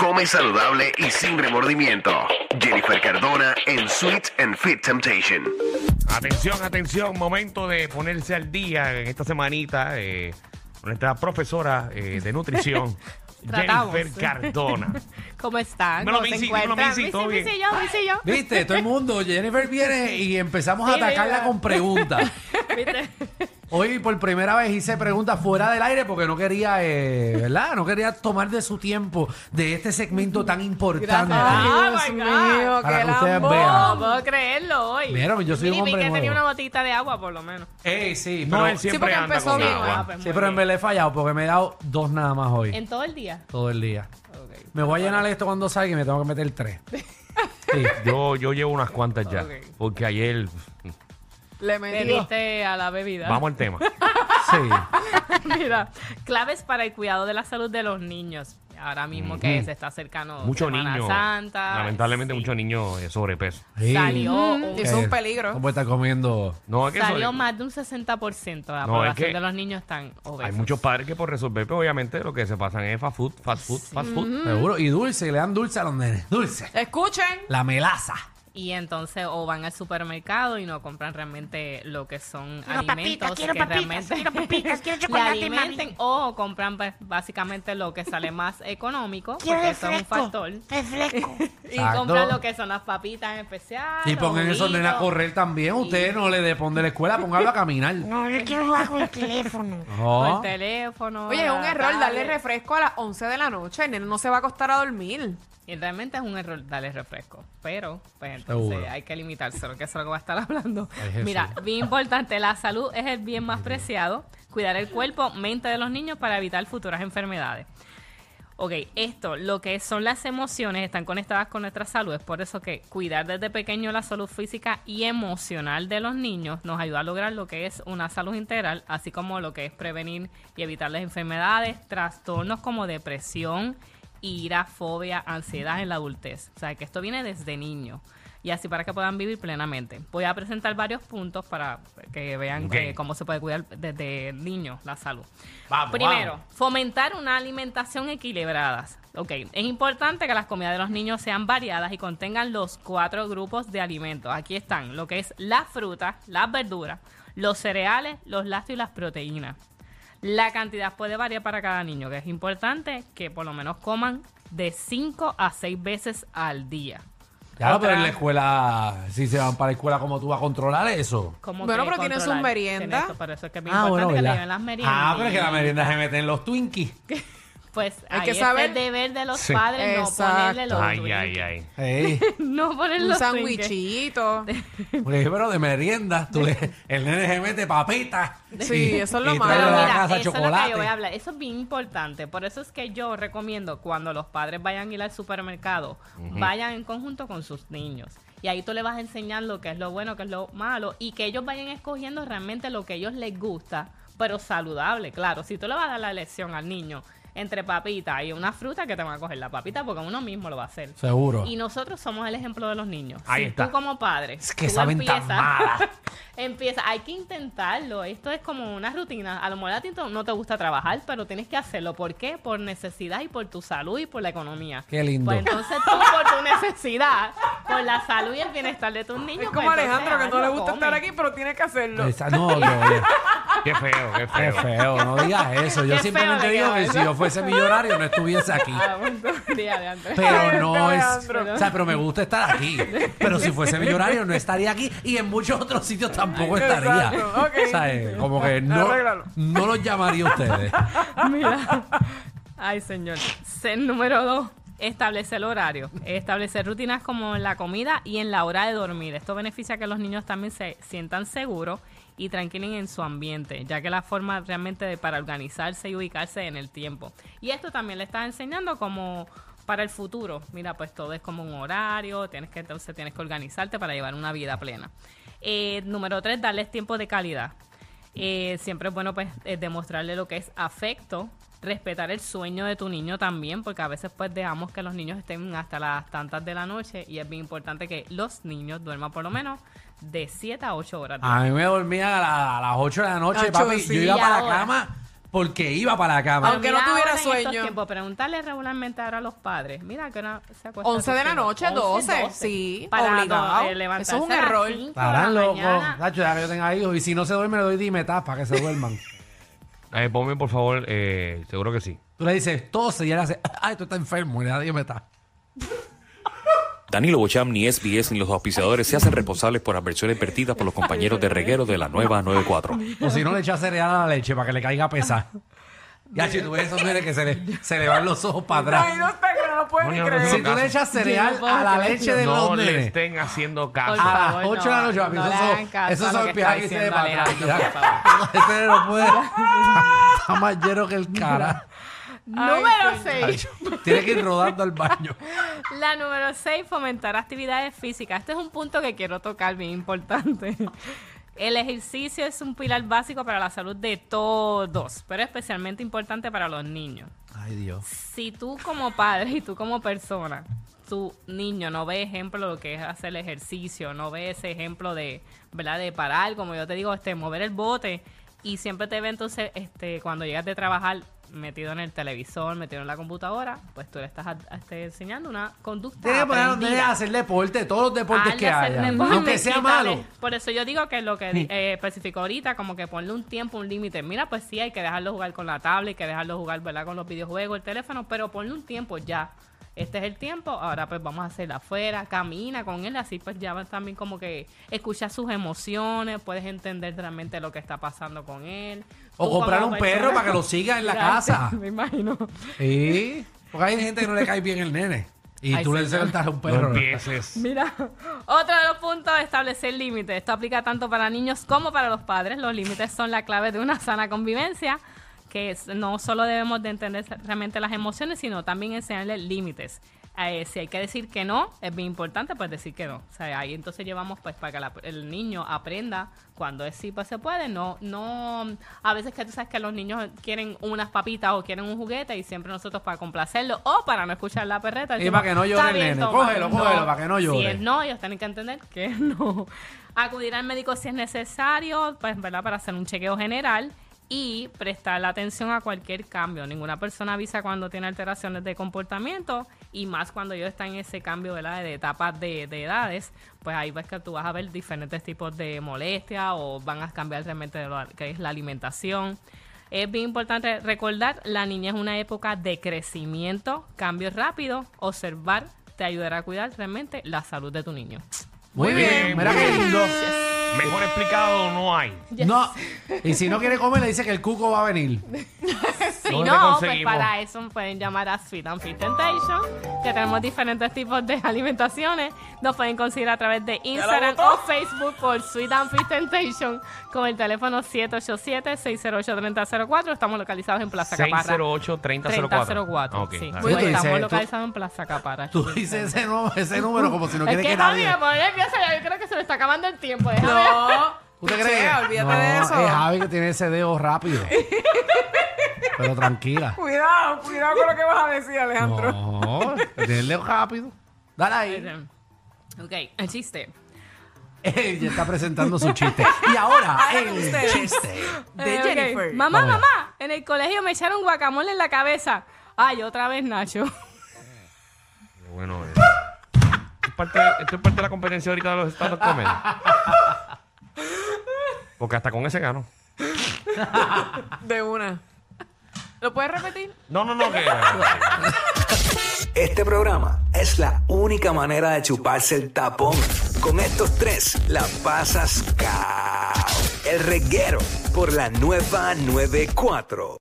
Come saludable y sin remordimiento. Jennifer Cardona en Sweet and Fit Temptation. Atención, atención, momento de ponerse al día en esta semanita. eh, nuestra profesora eh, de nutrición, Tratamos. Jennifer Cardona. ¿Cómo están? Dímelo, ¿Cómo se Missy, dímelo, encuentran? Missy, ¿todo bien? Missy, yo, Missy, yo. Viste, todo el mundo, Jennifer viene y empezamos a Sí, atacarla ¿verdad? con preguntas. ¿Viste? Hoy por primera vez hice preguntas fuera del aire porque no quería, eh, ¿verdad? No quería tomar de su tiempo de este segmento tan importante. Gracias. Ay, Oh, my Dios God. mío, Para qué que ustedes lambón. No vean. puedo creerlo hoy. Mira, yo soy un Mira, vi hombre que tenía nuevo. una botita de agua, por lo menos. Ey, sí, No, pero, él siempre porque anda empezó con bien. Ah, agua. pues, muy sí, pero en bien. verdad he fallado porque me he dado dos nada más hoy, ¿En todo el día? todo el día. Ok. Me voy a llenar esto cuando salga y me tengo que meter tres. Sí. Yo, yo llevo unas cuantas ya, Ok. porque ayer... Le Le metió. diste a la bebida. Vamos al tema. Sí. Mira, claves para el cuidado de la salud de los niños. Ahora mismo que se está acercando Muchos Semana niños, Santa. lamentablemente sí. muchos niños eh, sobrepeso. Sí. Salió, un- Mm, Eso es un peligro. ¿Cómo está comiendo? No, es que salió sobre- más de un 60% de la No, es población que de los niños tan obesos. hay muchos padres que por resolver, pero obviamente lo que se pasan es fast food, fast food, fast food. Mm. Seguro. Y dulce, le dan dulce a los nenes. Dulce. Escuchen. La melaza. Y entonces o van al supermercado y no compran realmente lo que son alimentos que realmente le alimenten o compran pues, básicamente lo que sale más económico porque eso es un factor. Y Exacto. compran lo que son las papitas en especial. Y pongan los esos nenes a juguitos. correr también. Ustedes no le deponen de la escuela, pónganlo a caminar. No, yo quiero jugar con el teléfono. Por No. teléfono. Oye, es un la error darle tablet. refresco a las 11 de la noche. El nene no se va a acostar a dormir. Y realmente es un error darle refresco. Pero, pues entonces Seguro. hay que limitarse, lo que es lo que va a estar hablando. Ay, Jesús. Mira, bien importante, la salud es el bien más preciado. Cuidar el cuerpo, mente de los niños para evitar futuras enfermedades. Ok, esto, lo que son las emociones están conectadas con nuestra salud. Es por eso que cuidar desde pequeño la salud física y emocional de los niños nos ayuda a lograr lo que es una salud integral, así como lo que es prevenir y evitar las enfermedades, trastornos como depresión, ira, fobia, ansiedad en la adultez. O sea, que esto viene desde niño. Y así para que puedan vivir plenamente. Voy a presentar varios puntos para que vean Ok. que- cómo se puede cuidar desde niño la salud. Vamos, Primero, vamos. fomentar una alimentación equilibrada. Ok, es importante que las comidas de los niños sean variadas y contengan los cuatro grupos de alimentos. Aquí están lo que es las frutas, las verduras, los cereales, los lácteos y las proteínas. La cantidad puede variar para cada niño, que es importante que por lo menos coman de 5 a 6 veces al día. Ya lo, pero en la Otra- escuela, si se van para la escuela, ¿cómo tú vas a controlar eso? Como Bueno, que pero tienen sus controlar, meriendas. tienen esto, Por eso es que es bien importante que le Ah, ¿verdad? lleven las meriendas. Ah, pero es que la merienda se meten los Twinkies. Pues Hay ahí que es saber- el deber de los Sí. padres no ponerle los Ay, Twinkies. ay, ay. Ey, No ponerle Un los Twinkies. sandwichito. porque, pero de merienda, tú le- el nene se mete papitas. Sí, eso es lo y malo. trae Pero a la mira, casa eso es lo chocolate. que yo voy a hablar. Eso es bien importante. Por eso es que yo recomiendo cuando los padres vayan a ir al supermercado, vayan en conjunto con sus niños. Y ahí tú le vas a enseñar lo que es lo bueno, qué es lo malo, y que ellos vayan escogiendo realmente lo que a ellos les gusta, pero saludable, claro. Si tú le vas a dar la lección al niño entre papita y una fruta, que te van a coger la papita porque uno mismo lo va a hacer. Seguro. Y nosotros somos el ejemplo de los niños. Ahí si está. tú como padre, Es que tú saben tan malas. empieza, hay que intentarlo. Esto es como una rutina. A lo mejor a ti to- no te gusta trabajar, pero tienes que hacerlo. ¿Por qué? Por necesidad y por tu salud y por la economía. Qué lindo. Pues entonces tú por tu necesidad, por la salud y el bienestar de tus niños. Es pues como Alejandro, que entonces no le hazlo, gusta come. estar aquí, pero tiene que hacerlo. Esa- no, no, no. Qué feo, qué Qué feo. feo, no digas eso. Yo Qué simplemente feo le digo queda que si eso. yo fuese millonario no estuviese aquí. Ah, buen día, Alejandro. Pero no Ay, es. Alejandro. O sea, pero me gusta estar aquí. Pero si fuese millonario no estaría aquí y en muchos otros sitios tampoco estaría. Exacto, ok. O sea, eh, como que no, Arréglalo. no los llamaría a ustedes. Mira. Ay, señor. Ser número dos. Establecer el horario, establecer rutinas como en la comida y en la hora de dormir. Esto beneficia que los niños también se sientan seguros y tranquilos en su ambiente, ya que la forma realmente de para organizarse y ubicarse en el tiempo. Y esto también le está enseñando como para el futuro. Mira, pues todo es como un horario, tienes que entonces tienes que organizarte para llevar una vida plena. Eh, número tres, darles tiempo de calidad. Eh, siempre es bueno pues eh, demostrarle lo que es afecto, respetar el sueño de tu niño también, porque a veces pues dejamos que los niños estén hasta las tantas de la noche y es bien importante que los niños duerman por lo menos de 7 a 8 horas. Ah. A mí me dormía a, la- a las 8 de la noche, Ocho, papi. sí, yo iba y para la ahora. cama, porque iba para la cama. Aunque no mira tuviera ahora en estos sueño. tiempos, preguntarle regularmente ahora a los padres. Mira que no se acuesta. 11 de la temprano. noche, 12, sí, Para obligado. do- eh, levantarse Eso es un a las error. cinco de la Estarán locos. mañana. Nacho, ya que yo tenga hijos. Y si no se duerme, le doy dimetas para que se duerman. Eh, ponme, por favor, eh, seguro que sí. tú le dices tose y él hace, ay, tú estás enfermo. Y le da dimetas. Danilo Bocham, ni SBS, ni los auspiciadores se hacen responsables por las versiones vertidas por los compañeros de reguero de la nueva 94. O si no, le echa cereal a la leche para que le caiga pesar. Ya, si tú ves esos nenes que se le, se le van los ojos para atrás. no sé, que no lo puedo No, ni yo no creer. sé. Si tú le echas cereal a la leche de No los le nenes. estén haciendo Por caso. Ah, a las favor, 8 de la noche, papi, No eso le son- hagan caso eso a lo son que piajes está que se diciendo matan. Alejandro, Ya. por favor. Este no puede. Está más lleno que el cara. Número 6. Tiene que ir rodando al baño. La número 6, fomentar actividades físicas. Este es un punto que quiero tocar, bien importante. El ejercicio es un pilar básico para la salud de todos, pero especialmente importante para los niños. Ay, Dios. Si tú como padre y tú como persona, tu niño no ve ejemplo de lo que es hacer ejercicio, no ve ese ejemplo de, ¿verdad? De parar, como yo te digo, este, mover el bote y siempre te ve entonces, este, cuando llegas de trabajar metido en el televisor, metido en la computadora, pues tú le estás a- a- este, enseñando una conducta. Tiene que poner a los nenes aprendida. a hacer deporte, todos los deportes Hazle que hacer haya. deporte, Aunque sea quítale. malo. Por eso yo digo que lo que di- eh, especificó ahorita, como que ponle un tiempo, un límite. Mira, pues sí, hay que dejarlo jugar con la tabla, hay que dejarlo jugar, ¿verdad? Con los videojuegos, el teléfono, pero ponle un tiempo ya. Este es el tiempo, ahora pues vamos a hacerlo afuera, camina con él, así pues ya vas también como que escuchas sus emociones, puedes entender realmente lo que está pasando con él. O Tú comprar como un perro persona- para que lo siga en la Gracias, casa. Me imagino. Sí. Porque hay gente que no le cae bien el nene. Y Ay, tú le señor. enseñas a un No perro. empieces. Mira, otro de los puntos es establecer límites. Esto aplica tanto para niños como para los padres. Los límites son la clave de una sana convivencia, que es- no solo debemos de entender realmente las emociones, sino también enseñarles límites. Eh, si hay que decir que no, es bien importante, pues decir que no. O sea, ahí entonces llevamos pues para que la- el niño aprenda cuando es sí, pues se puede. No, no, a veces que tú sabes que los niños quieren unas papitas o quieren un juguete y siempre nosotros para complacerlo o para no escuchar la perreta. Y decimos, para que no llore "Está el bien, nene, toma". cógelo, cógelo, para que no Si llore. es no, ellos tienen que entender que no. Acudir al médico si es necesario, pues, ¿verdad? Para hacer un chequeo general y prestar la atención a cualquier cambio. Ninguna persona avisa cuando tiene alteraciones de comportamiento y más cuando ellos están en ese cambio, ¿verdad? De etapas de, de edades, pues ahí ves que tú vas a ver diferentes tipos de molestia o van a cambiar realmente de lo que es la alimentación. Es bien importante recordar, la niña es una época de crecimiento, cambios rápidos, observar te ayudará a cuidar realmente la salud de tu niño. Muy Muy bien. bien, Mira muy qué bien. lindo. Mejor explicado no hay. No. Y si no quiere comer, le dice que el cuco va a venir. Si ¿Dónde no, pues conseguimos? para eso pueden llamar a Sweet and Fit Temptation, que tenemos diferentes tipos de alimentaciones. Nos pueden conseguir a través de Instagram o Facebook por Sweet and Fit Temptation con el teléfono 787-608-3004. Estamos localizados en Plaza Caparra. 608-3004. 3004. Ok, sí. está Muy bien. bien. Tú dices, Estamos tú- localizados en Plaza Caparra. Tú dices ese, nu- ese número como si no es quieres que que Javi nadie. me pone nerviosa, ya yo creo que se me está acabando el tiempo. Déjame No. ¿Tú te Che, crees? pues, olvídate No, de eso. Es Javi que tiene ese dedo rápido. Pero tranquila. Cuidado, cuidado con lo que vas a decir, Alejandro. No, tiene el dedo rápido. Dale ahí. Ok, el chiste. Ella está presentando su chiste. Y ahora, Hagan el ustedes. chiste. De Eh, ok. Jennifer. Mamá, Vamos. mamá, en el colegio me echaron guacamole en la cabeza. Ay, otra vez, Nacho. Bueno, eh, esto es parte, esto es parte de la competencia ahorita de los stand-up comedy. Porque hasta con ese gano. De una. ¿Lo puedes repetir? No, no, no, que. Este programa es la única manera de chuparse el tapón. Con estos tres la pasas cao. El reguero por la nueva 94.